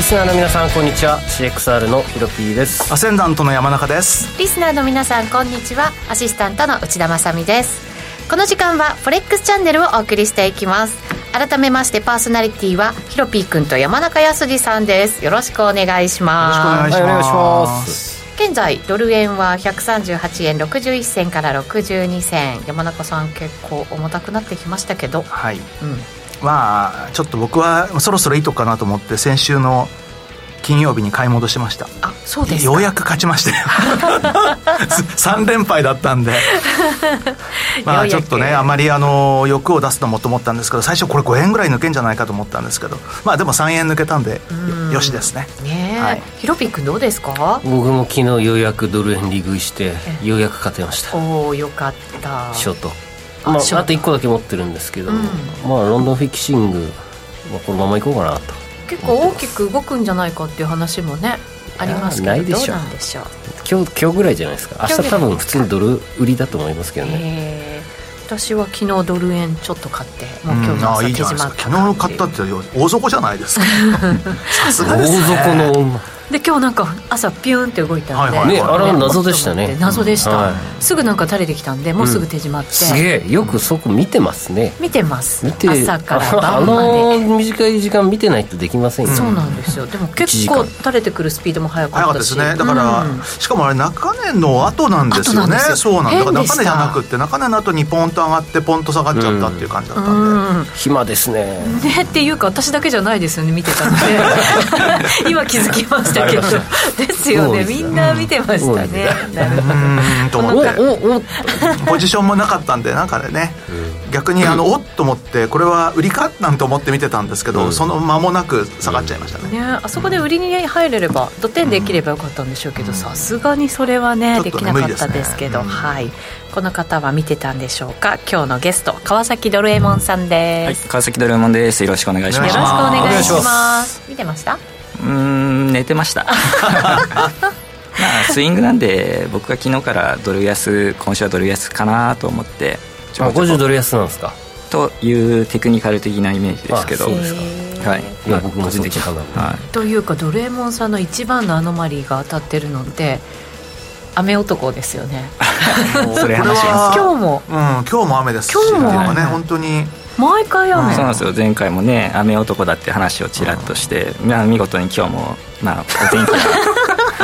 スナーの皆さんこんにちは CXR のヒロピーですアセンダントの山中ですリスナーの皆さんこんにちはアシスタントの内田まさみですこの時間はフォレックスチャンネルをお送りしていきます改めましてパーソナリティはヒロピーくんと山中康さんですよろしくお願いしますよろしくお願いします現在ドル円は138円61銭から62銭山中さん結構重たくなってきましたけど、はいうん、まあちょっと僕はそろそろいいとこかなと思って先週の金曜日に買い戻しましたあそうですよかうやく勝ちま したよ3連敗だったんでまようあやちくょっとねあまりあの欲を出すのもと思ったんですけど最初これ5円ぐらい抜けんじゃないかと思ったんですけどまあでも3円抜けたんでうんよよしですねねえ、はいヒロピーくんどうですか僕も昨日ようやくドル円利食いしてえようやく勝てましたおおよかったショートあまあショートあと1個だけ持ってるんですけど、うんまあロンドンフィキシング、まあ、このまま行こうかなと結構大きく動くんじゃないかっていう話もねありますけいやどないでどうしょなんでしょう今日今日ぐらいじゃないですか今日明ぐら日い多分普通にドル売りだと思いますけどね、えー私は昨日ドル円ちょっと買ってもう今日うんのああ朝いいじ手ゃ締ないですまかった昨日の買ったって大底じゃない ですかさすがですね大底の女で今日なんか朝ピューンって動いたんで、はいはいねあれは謎でしたねおっと思って謎でした、はすぐなんか垂れてきたんでもうすぐ手締まって、すげえよくそこ見てますね見てます見て朝から あ晩まので、短い時間見てないとできませんよ、そうなんですよでも結構垂れてくるスピードも速早かかっったたですしねだから、うんしかもあれ中根の後なんですよ後なねんですよそうなんだから変で中した根じゃなくって中根の後にポンと上がってポンと下がっちゃったっていう感じだったんで、うん暇ですね、ねっていうか私だけじゃないですよね見てたの で今気づきましたけどありまですよね多いでみすねんな見てましたねなるほうどーんと 思っておおおポジションもなかったんでなんかね、逆にあのおっと思ってこれは売りかなんて思って見てたんですけど、うんその間もなく下がっちゃいましたね、ね、あそこで売りに入れれば土点できればよかったんでしょうけどさすがにそれはねちょっとねできなか無理っでたすねですけどうんはい、この方は見てたんでしょうか今日のゲスト川崎ドルエモンさんはい、です、川崎ドラえもんです。よろしくお願いしはまいよす。ろしくおう願いしお願いしまます見てましたーん、寝て ました。まあ、スイングなんで、僕が昨日からドル安、今週はドル安かなと思って。ちょこちょこ50ドル安なんですかというテクニカル的なイメージですけど。あそうはですかい、いや僕も個人的そっち派なな。はい。というかドルエモンさんの一番のアノマリーが当たってるのって雨男ですよね それ話しまあー今日もうん、今日も雨ですし今日もっていうのがね本当に毎回雨、うす。そうなんんですよ前回もね雨男だって話をちらっとして、まあ、見事に今日も、まあ、お天気が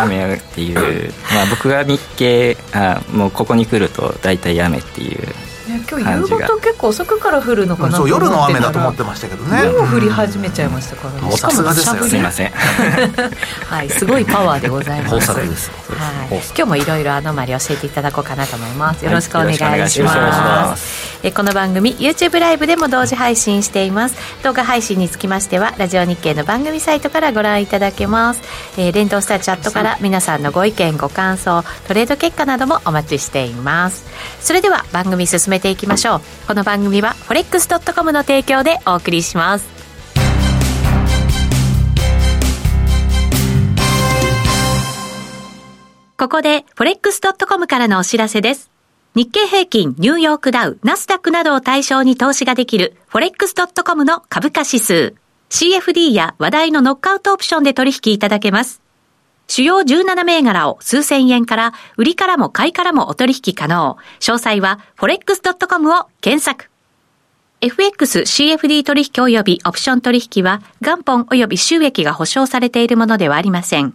雨っ ていう、まあ、僕が日経あもうここに来ると大体雨っていうね今日夕方結構遅くから降るのかうんなそとう思っ夜てたらの雨だと思ってましたけどねもう降り始めちゃいましたから、もね、うしかもさすがで土すよね砂降すいりません はいすごいパワーでございます豊作ですねはい、豊今日もいろいろアノマリ教えていただこうかなと思いますよろしくお願いしはいよまろしす,、くお願いしますえこの番組 YouTube ライブでも同時配信しています動画配信につきましてはラジオ日経の番組サイトからご覧いただけます、えー連動したチャットから皆さんのご意見ご感想トレード結果などもお待ちしていますそれでは番組進めていきましょうこの番組は forex.com の提供でお送りしますここで forex.com からのお知らせです。日経平均、ニューヨークダウ、ナスダックなどを対象に投資ができる forex.com の株価指数。CFD や話題のノックアウトオプションで取引いただけます。主要17銘柄を数千円から、売りからも買いからもお取引可能。詳細は forex.com を検索。FXCFD 取引及びオプション取引は元本及び収益が保証されているものではありません。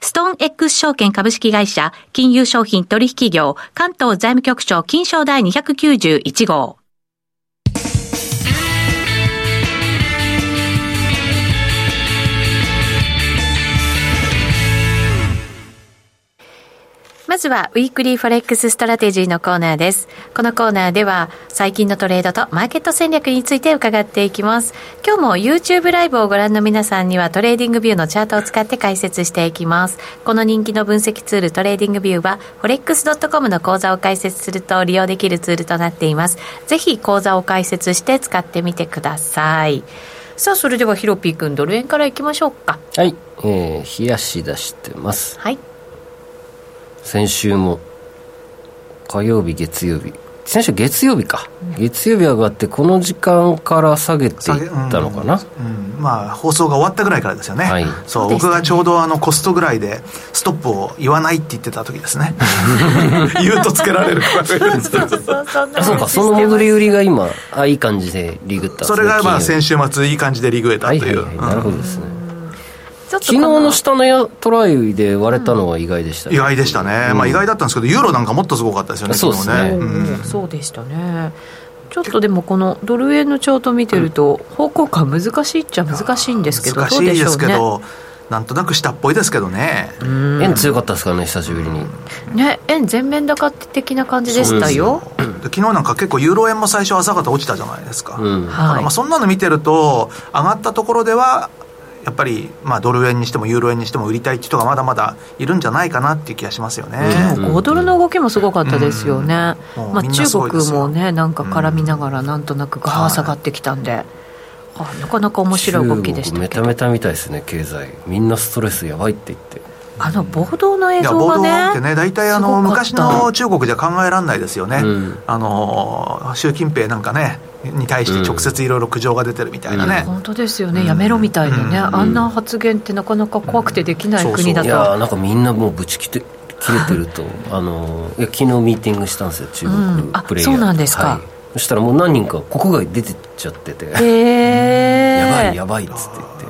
ストーン X 証券株式会社金融商品取引業関東財務局長金賞第291号。まずはウィークリーフォレックスストラテジーのコーナーです。このコーナーでは最近のトレードとマーケット戦略について伺っていきます。今日も YouTube ライブをご覧の皆さんにはトレーディングビューのチャートを使って解説していきます。この人気の分析ツールトレーディングビューは forex.com の講座を開設すると利用できるツールとなっています。ぜひ講座を開設して使ってみてください。さあ、それではヒロピー君ドル円からいきましょうか。はい、えー、冷やし出してます。はい。先週も、火曜日、月曜日。先週月曜日か。月曜日上がって、この時間から下げていったのかな。うんまあ、放送が終わったぐらいからですよね、はいそうそうですね僕がちょうどあのコストぐらいでストップを言わないって言ってた時ですね 言うとつけられるからという そうそうそうあそうか、その戻り売りが今、あ、いい感じでリグったんですそね。れがまあ先週週末いい感じでリグエたとはいい、はいうはい、なるほどですね。ちょっと昨日この下のやトライで割れたのは意外でした意外でしたね、まあ、意外だったんですけどユーロなんかもっとすごかったですよねそうですね昨日おーそうでしたねちょっとでもこのドル円のチャート見てると方向感難しいっちゃ難しいんですけど難どしういでしでょうすけねど、なんとなく下っぽいですけどね、円強かったですからね、久しぶりに。ね円全面高的な感じでしたよで昨日なんか結構ユーロ円も最初朝方落ちたじゃないですか、うん。だからはいまあそんなの見てると上がったところではやっぱりまあドル円にしてもユーロ円にしても売りたいって人がまだまだいるんじゃないかなっていう気がしますよね、でも5ドルの動きもすごかったですよね、うんもうまあ、みんなすご中いですよ国もねなんか絡みながらなんとなくガー下がってきたんで、あなかなか面白い動きでし中国メたけタどメタみたいですね、経済。みんなストレスやばいって言って。あの暴動の映いや像暴が動ねってね、大体あすごのかっ昔たの中国じゃ考えられないですよね、うんあの習近平なんかね、に対して直接いろいろ苦情が出てるみたいなね、本当ですよね、やめろみたいなね、あんな発言ってなかなか怖くてできないそうそう国だいと、やーなんかみんなもうぶち切って切れてるとあのーいや昨日ミーティングしたんですよ中うんあ国プレイヤーと、そうなんですかはいそしたらもう何人か国外出てっちゃってて、えやばいーやばいっつって言って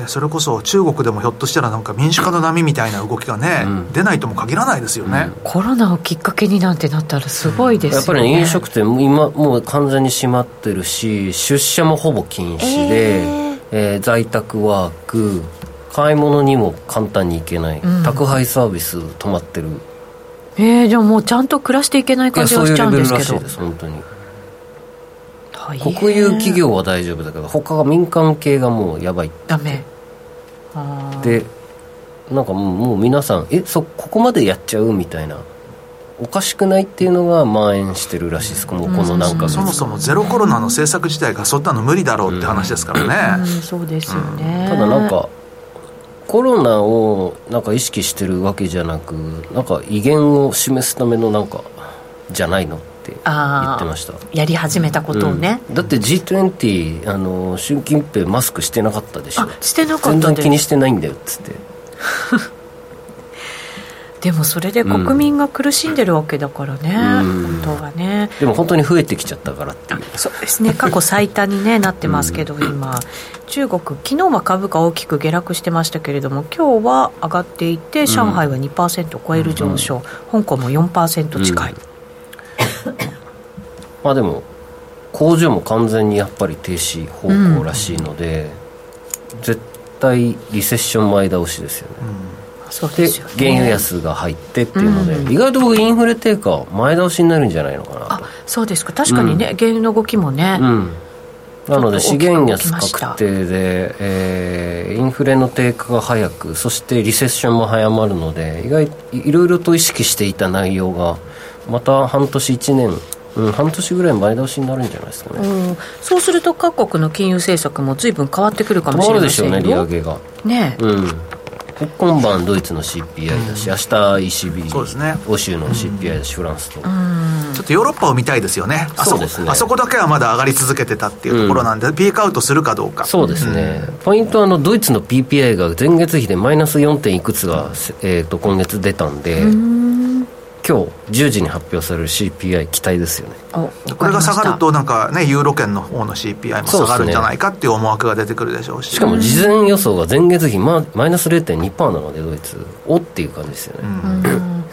ねそれこそ中国でもひょっとしたらなんか民主化の波みたいな動きがね、うん出ないとも限らないですよね、コロナをきっかけになんてなったらすごいですよね、やっぱりね、飲食店も今もう完全に閉まってるし出社もほぼ禁止で、ええー在宅ワーク買い物にも簡単に行けない、うん宅配サービス止まってるえー、じゃあもうちゃんと暮らしていけないい感やじそがういしうちレゃうんベでルすらけしどいです本当に大変国有企業は大丈夫だけど他が民間系がもうやばいってダメあーでなんかもうもう皆さんえそここまでやっちゃうみたいなおかしくないっていうのが蔓延してるらしいですこのこのなんか、うんそもそもゼロコロナの政策自体がそんなの無理だろうって話ですからうん、ね、そうですよね、ただなんかコロナをなんか意識してるわけじゃなくなんか威厳を示すためのなんかじゃないのって言あってまーしたやり始めたことをね、うんだって G20 あの習近平マスクしてなかったでしょあしてなかっ全た然です気にしてないんだよっつってでもそれで国民が苦しんでるわけだからね、うん本当はねでも本当に増えてきちゃったからっていうそうですね過去最多に、ね、なってますけど、今、中国、昨日は株価大きく下落してましたけれども、今日は上がっていて、上海は2%を超える上昇、香港も4%近い、まあでも工場も完全にやっぱり停止方向らしいので、絶対リセッション前倒しですよね、そうでですよね原油安が入ってっていうので、うん意外と僕インフレ低下前倒しになるんじゃないのかなあそうですか、確かにね、原油の動きもね、と、うん、なのでちょ資っと源大きく動き安ました確定で、えーインフレの低下が早くそしてリセッションも早まるので意外いいろいろと意識していた内容がまた半年1年、うん、半年ぐらい前倒しになるんじゃないですかね、うんそうすると各国の金融政策もずいぶん変わってくるかもし止まるれでましせょうんね利上よ。げがねえうん今晩ドイツの CPI だし、明日 ECB そうですね欧州の CPI だし、フランスと、ちょっとヨーロッパを見たいですよねあそそうこですねあそこだけはまだ上がり続けてたっていうところなんで、ピークアウトするかどうかそうですね、ポイントはあのドイツの PPI が前月比でマイナス 4. 点いくつが、えー、と今月出たんで、今日10時に発表される CPI 期待ですよねおわこかれがりました下がるとなんかねユーロ圏の方の CPI も下がるんじゃないかっていう思惑が出てくるでしょうししかも事前予想が前月比ママイナス0.2%なのでドイツおっていう感じですよね、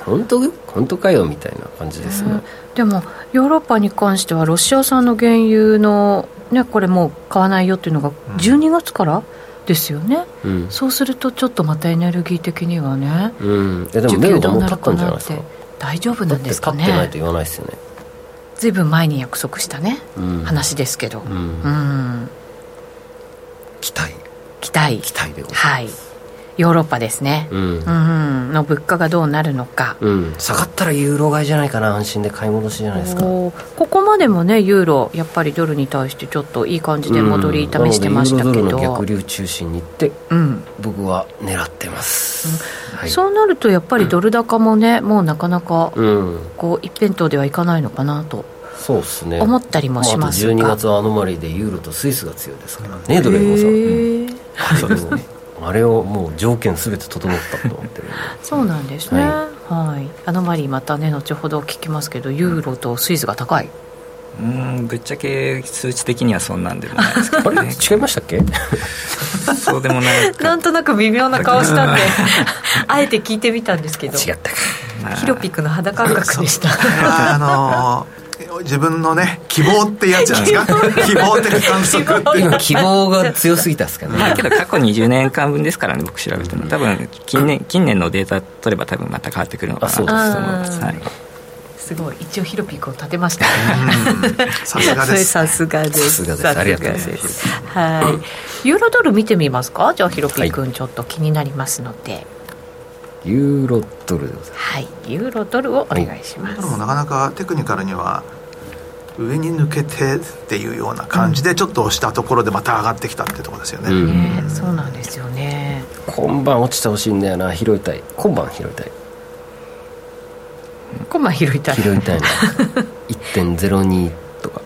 本当本当かよみたいな感じですね、でもヨーロッパに関してはロシア産の原油の、ね、これもう買わないよっていうのが12月からですよね、うんそうするとちょっとまたエネルギー的にはねうん、いやでも目がもう立ったんじゃないですか需給どうなるかなって大丈夫なんですか立ってないねと言わないですよねずいぶん前に約束したね、うん話ですけどうん、期待期待期待でございますはいヨーロッパですねうんうんの物価がどうなるのか、うん下がったらユーロ買いじゃないかな安心で買い戻しじゃないですかおーここまでもねユーロやっぱりドルに対してちょっといい感じで戻り試してましたけど、うんなのでユーロドルの逆流中心に行ってうん僕は狙ってます、はいそうなるとやっぱりドル高もね、もうなかなかうんこう一辺倒ではいかないのかなとそうですね思ったりもしますがあ、あと12月はアノマリーでユーロとスイスが強いですからねドレゴへさーんそうですねあれをもう条件すべて整ったと思 ってるんでそうなんですねは、はいアノマリーまたね後ほど聞きますけどユーロとスイスが高いうんぶっちゃけ数値的にはそんなんでもないですけあど れね違いましたっけそうでもないかなんとなく微妙な顔したん であえて聞いてみたんですけど違ったかまあヒロピクの肌感覚でしたこれはあのー自分のね希望ってやつじゃないですか希望的観測っていう今希望が強すぎたっすかまあねけど過去20年間分ですからね僕調べても多分近年 近年のデータ取れば多分また変わってくるのかなと思あいそまうですす、ねはい、すごい一応ヒロピクを立てましたうんさすがそでれす さすがですさすがですさすありがとうございますはいユーロドル見てみますかじゃあヒロピくんちょっと気になりますのでユーロドルでございまはい、ユーロドルをお願いしまです、もなかなかテクニカルには上に抜けてっていうような感じでちょっと押したところでまた上がってきたってところですよね、うんねそうなんですよねす今晩落ちてほしいんだよな拾いたい今晩拾いたいコマ拾いたい拾いたいな 1.02とか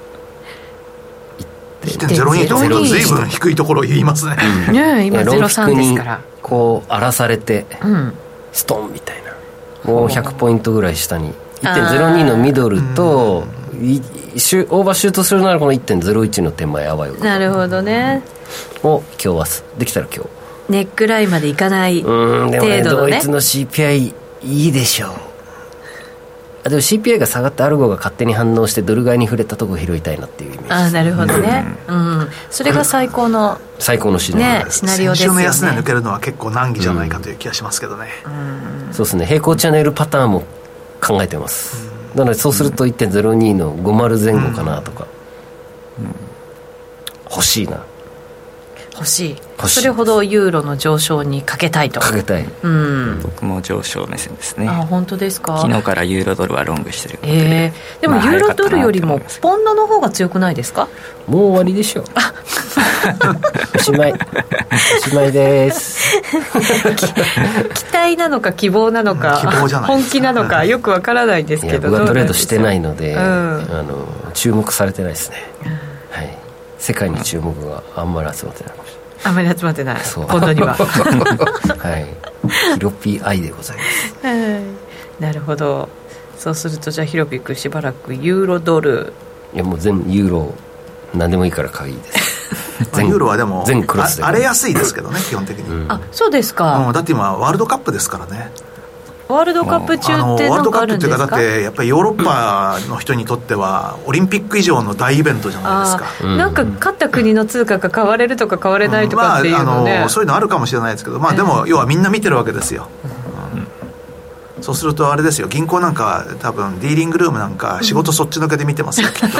1.02と思うと随分低いところを言いますね、ねえ今いやロンピ03クですにからこう荒らされてうんストンみたいなもう100ポイントぐらい下にあー1.02のミドルといシュオーバーシュートするならこの1.01の手前あわよなるほどねを今日明日できたら今日ネックラインまでいかないうんでもね程度のドねイツの CPI いいでしょうあでも CPI が下がってアルゴが勝手に反応してドル買いに触れたとこ拾いたいなっていうイメあーあジなるほどねうんそれが最高の最高のシナリオねシナリオです先週よのね安値抜けるのは結構難儀じゃないかという気がしますけどね、そうですね平行チャンネルパターンも考えてますなのでそうすると1.02の50前後かなとか、欲しいな欲しい欲しいそれほどユーロの上昇にかけたいとかけたいうん僕も上昇目線ですねあ本当ですか昨日からユーロドルはロングしてるので、えー、でもまあユーロドルより早もかったなって思ポいますンドの方が強くないですかもう終わりでしょうおしまいおしまいです期待なのか希望なのかうん希望じゃない本気なのかよくわからないですいけやど僕はトレードどうなんでしょうしてないので、うんあの注目されてないですね、はい世界に注目があんまり集まってないかもしあまり集まってないそう今度にはれない はいヒロピーアイでございますはいなるほどそうするとじゃあヒロピ君しばらくユーロドルいやもう全ユーロ何でもいいから買いです まあユーロはでも全クロスであ荒れやすいですけどね基本的に、うんあそうですか、だって今ワールドカップですからねワールドカップあ中のってワーなルんドかカあップるっんてでいうすかだっかてやっぱりヨーロッパの人にとってはオリンピック以上の大イベントじゃないですかあーなんか勝った国の通貨が買われるとか買われないとまかあっていうのね、あのそういうのあるかもしれないですけど、まあ、でも要はみんな見てるわけですよ、うんそうするとあれですよ銀行なんか多分ディーリングルームなんか仕事そっちのけで見てますよ、きっと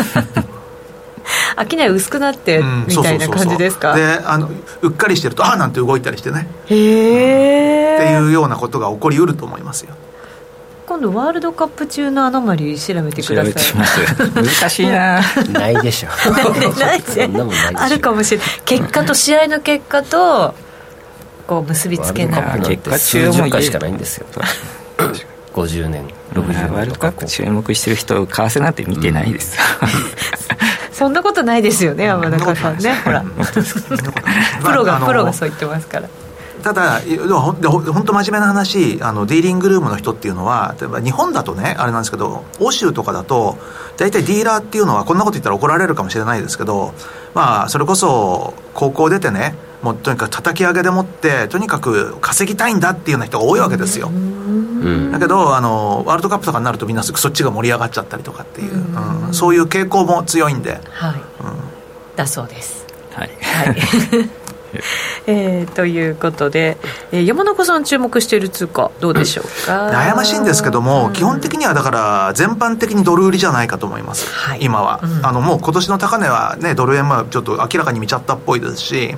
商い薄くなってうんみそうたそういそなうそう感じですか、であのうっかりしてるとああなんて動いたりしてねへえっていうようなことが起こりうると思いますよ今度ワールドカップ中のアノマリー調べて調くだべてみさまいす難しい なないでしょ ないそんなもんないでしょ あるかもしれない結果と試合の結果とこう結びワつーけルドカなップいなんて数十回しかないんですよそう50年60ワー年ルドとカかップ注目してる人為替なんて見てないです、そんなことないですよね山中さんねほら プロがプロがそう言ってますからただいやほんでほ本当真面目な話あのディーリングルームの人っていうのは例えば日本だとねあれなんですけど欧州とかだと大体ディーラーっていうのはこんなこと言ったら怒られるかもしれないですけどまあそれこそ高校出てねもうとにかく叩き上げでもってとにかく稼ぎたいんだっていうような人が多いわけですようんだけどあのワールドカップとかになるとみんなすぐそっちが盛り上がっちゃったりとかっていう、うんそういう傾向も強いんではい、だそうです はい、はいえー、ということで、えー、山中さん注目している通貨どうでしょうか悩ましいんですけども、うん、基本的にはだから全般的にドル売りじゃないかと思います、はい、今は、うん、あのもう今年の高値はねドル円はちょっと明らかに見ちゃったっぽいですし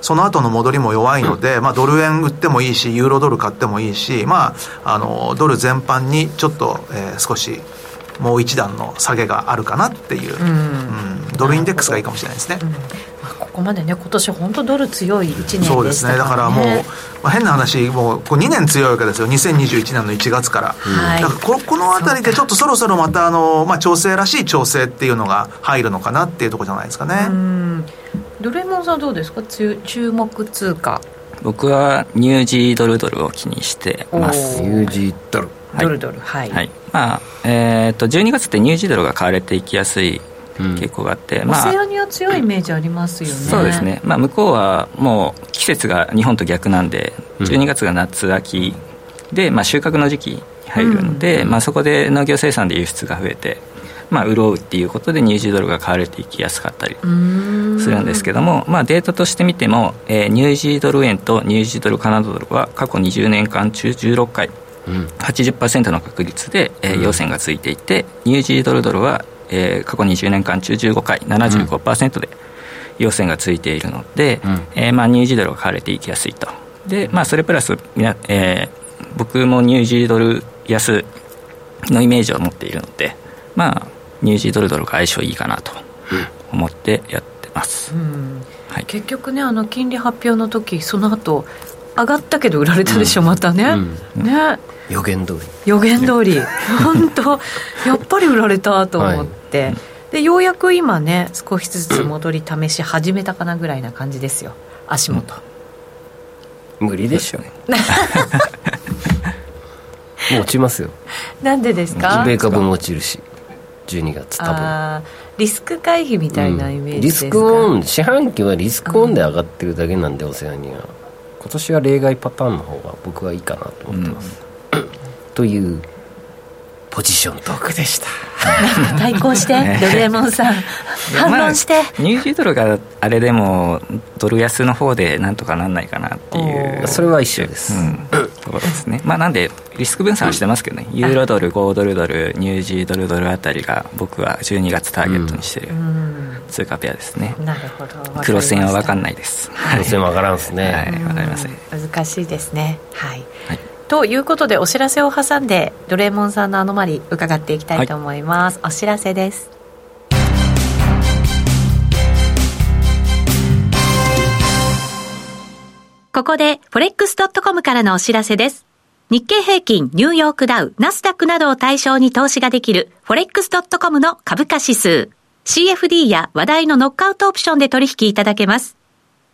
その後の戻りも弱いので、うん、まあ、ドル円売ってもいいしユーロドル買ってもいいし、まあ、あのドル全般にちょっと、えー、少しもう一段の下げがあるかなっていう、うんドルインデックスがいいかもしれないですね。ここまでね今年本当ドル強い1年で、ね、そうですねだからもう、まあ、変な話もうこう2年強いわけですよ2021年の1月から、はい、だからここの辺りでちょっとそろそろまたあの、まあ、調整らしい調整っていうのが入るのかなっていうところじゃないですかねドレモンさんどうですか注目通貨僕はニュージードルドルを気にしてますニュージードル、はい、ドルドルはい、はい、まあえー、っと12月ってニュージードルが買われていきやすい傾向があって、うん、まあ、オセアニア強いイメージありますよね、、そうですね、まあ、向こうはもう季節が日本と逆なんで、12月が夏、秋で、まあ、収穫の時期に入るので、うん、まあ、そこで農業生産で輸出が増えて、まあ、潤うっていうことで、ニュージードルが買われていきやすかったりするんですけども、まあ、データとして見ても、えー、ニュージードル円とニュージードルカナダドルは過去20年間中16回。うん、80%の確率で、えー、陽線がついていて、うん、ニュージードルドルはえー、過去20年間中15回75%で陽線がついているので、うん、えー、まあ、ニュージードルが買われていきやすいとで、まあ、それプラスみな、えー、僕もニュージードル安のイメージを持っているので、まあ、ニュージードルドルが相性いいかなと思ってやってます、うんはい、結局ねあの金利発表の時その後上がったけど売られたでしょ、うん、またね、うん、ね予言通り予言通り本 当やっぱり売られたと思って、はい、でようやく今ね少しずつ戻り試し始めたかなぐらいな感じですよ足元、うん、無理で しょうねもう落ちますよなんでですか米株も落ちるし12月多分リスク回避みたいなイメージリスクオン四半期はリスクオンで上がってるだけなんで、オセアニア今年は例外パターンの方が僕はいいかなと思ってます、うん、というポジショントークでした対抗 してドルエモンさん反論して、まあ、ニュージードルがあれでもドル安の方でなんとかなんないかなっていうそれは一緒です、うん、ところですねまあなんでリスク分散はしてますけどね、ユーロドル5ドルドルニュージードルドルあたりが僕は12月ターゲットにしてる、うん通貨ペアですね。なるほど。黒線は分かんないです。黒線は分からんですね。はい、分かりません。難しいですね。はい。はい、ということでお知らせを挟んでドレーモンさんのアノマリ伺っていきたいと思います。はい、お知らせです。ここで forex.com からのお知らせです。日経平均、ニューヨークダウ、ナスダックなどを対象に投資ができる forex.com の株価指数。CFD や話題のノックアウトオプションで取引いただけます。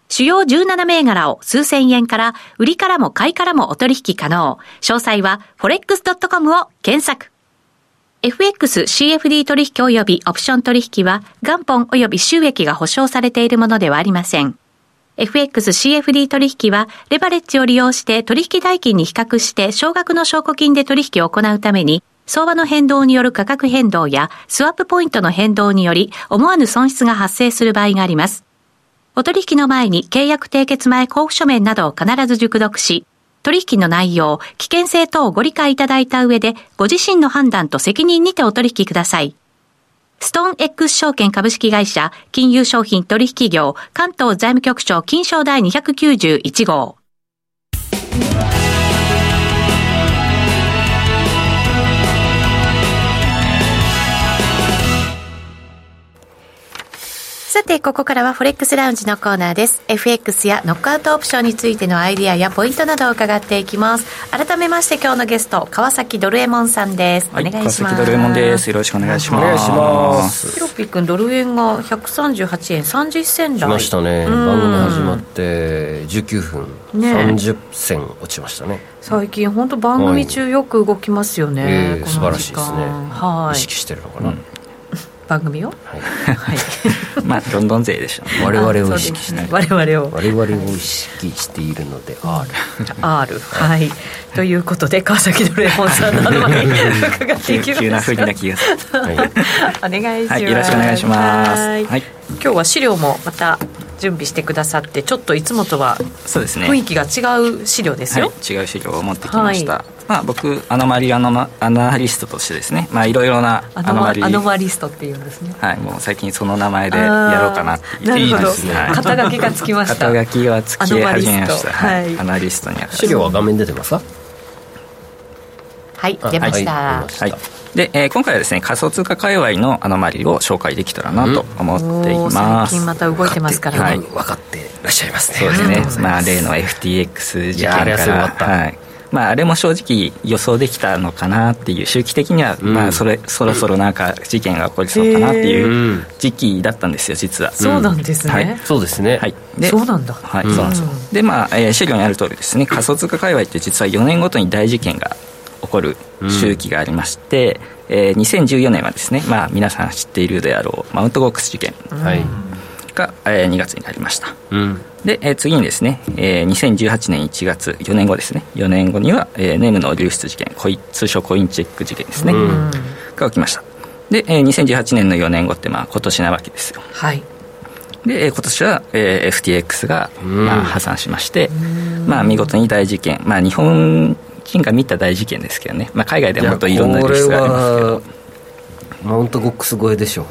主要17銘柄を数千円から、売りからも買いからもお取引可能。詳細は forex.com を検索。FX CFD 取引及びオプション取引は元本及び収益が保証されているものではありません。FX CFD 取引はレバレッジを利用して取引代金に比較して少額の証拠金で取引を行うために相場の変動による価格変動やスワップポイントの変動により思わぬ損失が発生する場合があります。お取引の前に契約締結前交付書面などを必ず熟読し、取引の内容、危険性等をご理解いただいた上で、ご自身の判断と責任にてお取引ください。ストーン X 証券株式会社、金融商品取引業、関東財務局長金賞第291号。さて、ここからはフォレックスラウンジのコーナーです。FX やノックアウトオプションについてのアイディアやポイントなどを伺っていきます。改めまして今日のゲスト、川崎ドルエモンさんです。はい、お願いします。ドルエモンです。よろしくお願いします。お願いします。ヒロピ君、ドル円が138円30銭台。来ましたね。番組始まって19分、ね、30銭落ちましたね。最近本当番組中よく動きますよね。はいえー、素晴らしいですね。はい。意識してるのかな。うん番組を、はいはい、まあロンドン勢でしょう、ね、我々を意識して、ね、 我々を我々を意識しているので R R はい、はい、ということで川崎ドレモンさんの前に伺っていきます急な不利な気 がする、、はい、お願いします、はいよろしくお願いします、はい、今日は資料もまた準備してくださってちょっといつもとはそうですね雰囲気が違う資料ですよ、はい、違う資料を持ってきました、はいまあ、僕アノマリアノマアナリストとしてですねまあいろいろなアアノノママリアノマリストっていうんですねはい、もう最近その名前でやろうかなってあーなるほどですねはい肩書きがつきました肩書きはつき始めましたアノマリストははいいアナリストに資料は画面出てますかはいあ出ました、はい出ましはいで、えー今回はですね仮想通貨界隈のアノマリを紹介できたらなと思っていおー最ます、近また動いてますからね、はい分かってらっしゃいますねそうですありねがとうございまあ例の FTX 事い件やあかれらはすごかったはいまあ、あれも正直予想できたのかなっていう周期的には、うんまあ、それそろそろなんか事件が起こりそうかなってういうん時期だったんですよ実はそうなんですね、はいそうですねはい、そうなんだはい、うんそうなんですよでまあ、えー資料にある通りですね仮想通貨界隈って実は4年ごとに大事件が起こる周期がありまして、えー2014年はですね、まあ、皆さん知っているであろうマウントゴックス事件はいが、え2月になりましたうんで、えー次にですね、えー2018年1月4年後ですね4年後には、えーネムの流出事件コイ通称コインチェック事件ですね、うんが起きましたで、えー2018年の4年後って、まあ、今年なわけですよはいでえー今年は、えー FTX が、うんまあ、破産しまして、まあ、見事に大事件、まあ、日本人が見た大事件ですけどね、まあ、海外でもっといろんな流出がありますけどこれはマウントゴックス越えでしょ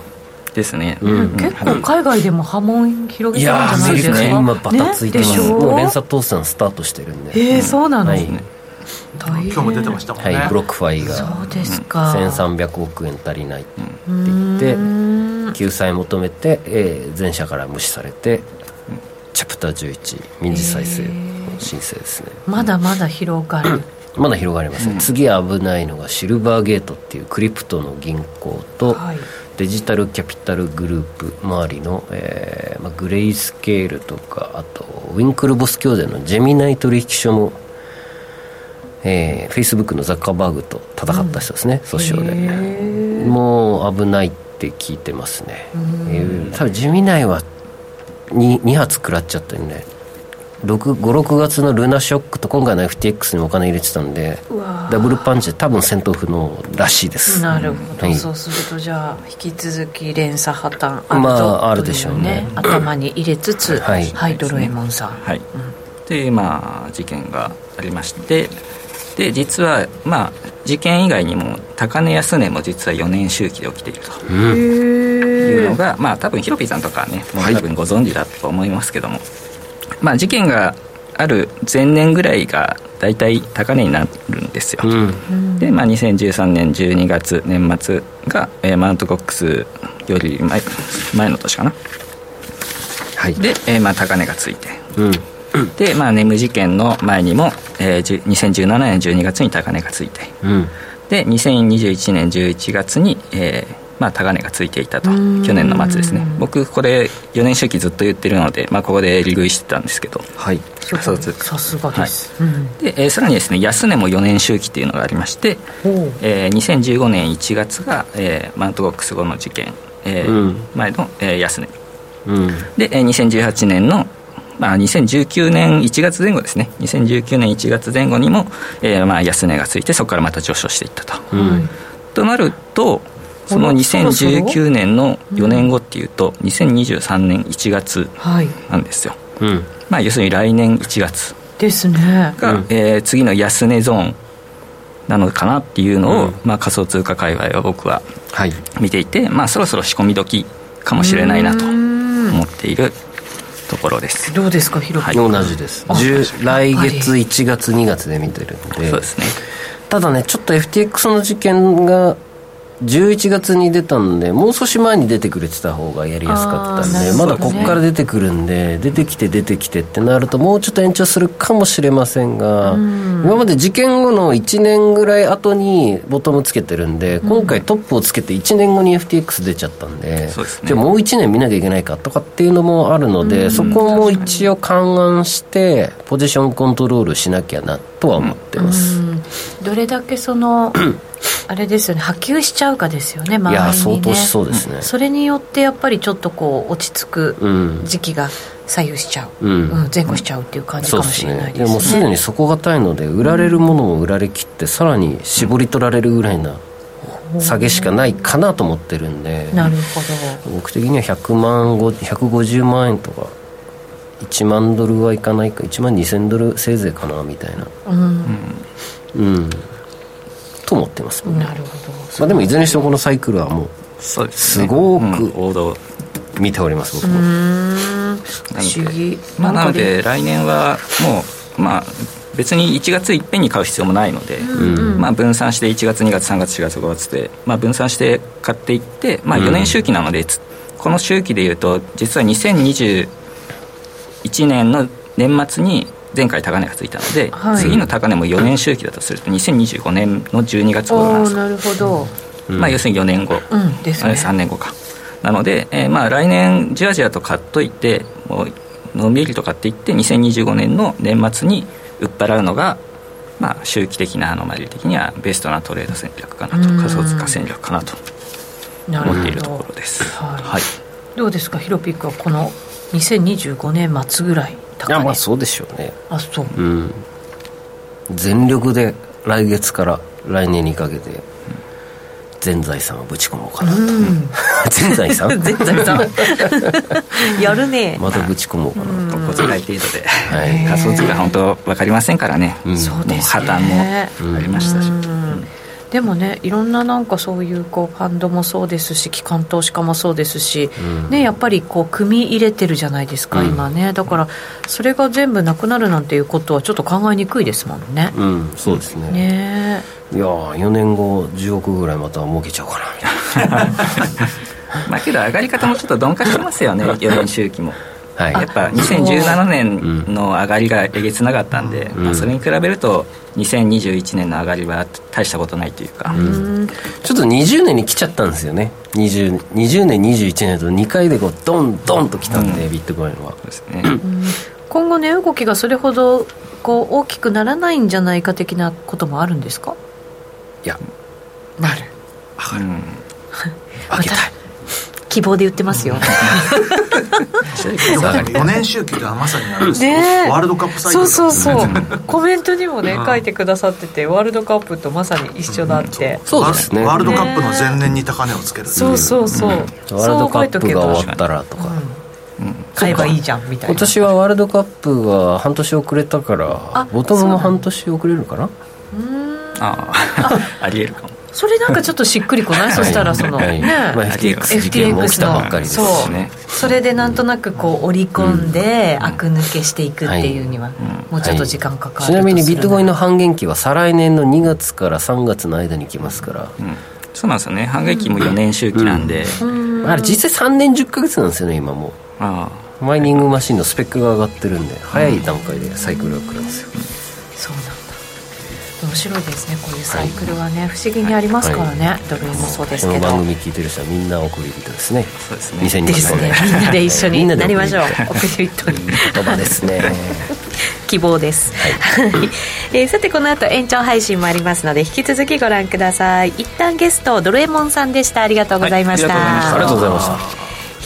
ですね、うん結構海外でも波紋広いげてるんやーじゃなアメいでリすか、カ今バタついてます、ねでしょもう連鎖倒産スタートしてるんでえー、そうなの、はい大今変日も出てましたもんはね、いブロックファイがそうですか、 1300億円足りないって言っうてーん救済求めて、えー前者から無視されてチャプター11民事再生申請ですねまだまだ広がるまだ広がりますね、次危ないのがシルバーゲートっていうクリプトの銀行とはいデジタルキャピタルグループ周りの、えーまあ、グレイスケールとかあとウィンクルボス兄弟のジェミナイ取引所も、えー、Facebook のザッカーバーグと戦った人ですね、訴訟で。へーもう危ないって聞いてますね、えー多分地味内は 2, 2発食らっちゃってるね56月のルナショックと今回の FTX にもお金入れてたんでうわーダブルパンチで多分戦闘不能らしいですなるほど、はいそうするとじゃあ引き続き連鎖破綻あまあとあるでしょうねとい頭に入れつつは、はいいドロエモンさんはい、でまあ事件がありましてで実はまあ事件以外にも高値安値も実は4年周期で起きているというのが、まあ多分ヒロピーさんとかはねもう多分ご存知だと思いますけども、まあ事件がある前年ぐらいが大体高値になるんですよ、うんで、まあ、2013年12月年末が、えーマウントコックスより前前の年かな、はい、で、えーまあ、高値がついてうんで、まあ、ネム事件の前にも、えーじゅ、2017年12月に高値がついてうんで2021年11月に、えーまあ、高値がついていたと去年の末ですね僕これ4年周期ずっと言ってるので、まあ、ここで利食いしてたんですけどはい仮想通貨さすがです、うんで、えーさらにですね安値も4年周期っていうのがありまして、ほうえー2015年1月が、えーマウントゴックス後の事件、えーうん前の、えー安値うんで、えー2018年の、まあ、2019年1月前後ですね2019年1月前後にも、えーまあ、安値がついてそこからまた上昇していったと、うんとなるとそのあらそろそろ2019年の4年後っていうと2023年1月はいなんですよ、うんまあ、要するに来年1月ですねが、うんえー次の安値ゾーンなのかなっていうのを、うんまあ、仮想通貨界隈は僕ははい見ていて、まあ、そろそろ仕込み時かもしれないなと思っているところですどうですかヒロピー同じです10来月1月2月で見てるんでそうですねただねちょっと FTX の事件が11月に出たんでもう少し前に出てくれてた方がやりやすかったんあーなで、るほまどねだこっから出てくるんで出てきて出てきてってなるともうちょっと延長するかもしれませんが、今まで事件後の1年ぐらい後にボトムつけてるんで今回トップをつけて1年後に FTX 出ちゃったんで,、そうですねでもう1年見なきゃいけないかとかっていうのもあるので、そこも一応勘案してポジションコントロールしなきゃなとは思ってます。うんどれだけ そのあれですよね波及しちゃうかですよね周りにねいや相当しそうですねそれによってやっぱりちょっとこう落ち着うくん時期が左右しちゃう、うんうん前後しちゃうっていう感じそうかもでしすれなねいでですねもうすでに底堅いので売られるものも売られきってさらに絞り取られるぐらいな下げしかないかなと思ってるんでなるほ僕的には100万ご150万円とか1万ドルはいかないか1万2000ドルせいぜいかなみたいなうんと思ってます、なるほまあ、でもいずれにしてもこのサイクルはもうそうです、すね、ごくうん王道見ております僕もど不思議まあ、なかので来年はもうまあ別に1月いっぺんに買う必要もないので、まあ、分散して1月2月3月4月5月で、まあ、分散して買っていって、まあ、4年周期なので、つこの周期でいうと実は2021年の年末に前回高値がついたので、はい次の高値も4年周期だとすると2025年の12月頃おなんでおすなるほどまあ、要するに4年後、うんですねあれ3年後かなので、えーまあ、来年じわじわと買っといてもうのんびりと買っていって2025年の年末に売っ払うのが、まあ、周期的なアノマリー的にはベストなトレード戦略かなとうん仮想通貨戦略かなとなる思っているとほころどです、はいはいどうですかヒロピックはこの2025年末ぐらいいや高ま値あそうでしょうねあそううん全力で来月から来年にかけて全財産をぶち込もうかなと全財産 全財産やるねまたぶち込もうかなとお小遣い程度で、はい仮想通貨本当分かりませんからね、んそうですねもう破綻もありましたし、うんでもねいろんななんかそういうこうファンドもそうですし機関投資家もそうですし、ね、やっぱりこう組み入れてるじゃないですか、今ねだからそれが全部なくなるなんていうことはちょっと考えにくいですもんね。うんそうですねねいやー4年後10億ぐらいまた儲けちゃおうかなみたいまあけど上がり方もちょっと鈍化してます よね4年周期もなはやいっぱ2017年の上がりがえげつなかったんで、まあ、それに比べると2021年の上がりは大したことないというか、ちょっと20年に来ちゃったんですよね 20, 20年21年と2回でこうドンドンと来たんで、ビットコインはそうですね、今後ね動きがそれほどこう大きくならないんじゃないか的なこともあるんですかいやなるうん開けたい希望で言ってますよ。 4年周期がまさにあれですよねえワールドカップサイクそルうそううそう コメントにもね書いてくださっててワールドカップとまさに一緒だって、そうですねワールドカップの前年に高値をつけるそうそうそう、ワールそうドカ覚えとップけがば終わったらとか買えばいいじゃんみたい今な年はワールドカップが半年遅れたからあボトムも半年遅れるかなああ ありえるかもそれなんかちょっとしっくりこない、そしたらその、はいね、まあ、FTX 事件も起き FTX たばっかのりですそう、ねそれでなんとなくこう織り込んで、悪抜けしていくっていうには、もうちょっと時間かかるとちなみにビットコインのの半減期は再来年の2月から3月の間に来ますから、そうなんですよね半減期も4年周期なんで、あれ実際3年10ヶ月なんですよね今もあうマイニングマシンのスペックが上がってるんで早い段階でサイクルが来るんですよ、そうなんだ面白いですねこういうサイクルはね、不思議にありますからね、ドル円もそうですこけのど番組聞いてる人はみんな送り人ですねそうですね2020です年ねみんなで一緒 みにんななでりましょう送り送り人に言葉ですね希望です、はいえーさてこの後延長配信もありますので引き続きご覧ください一旦ゲストドルエモンさんでしたありがとうございました、はいあありがとうございました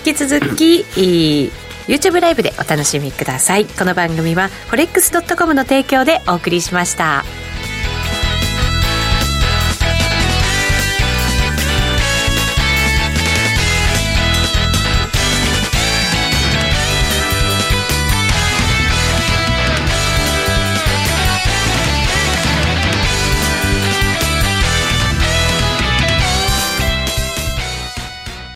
引き続き、えー YouTube ライブでお楽しみくださいこの番組は forex.com の提供でお送りしました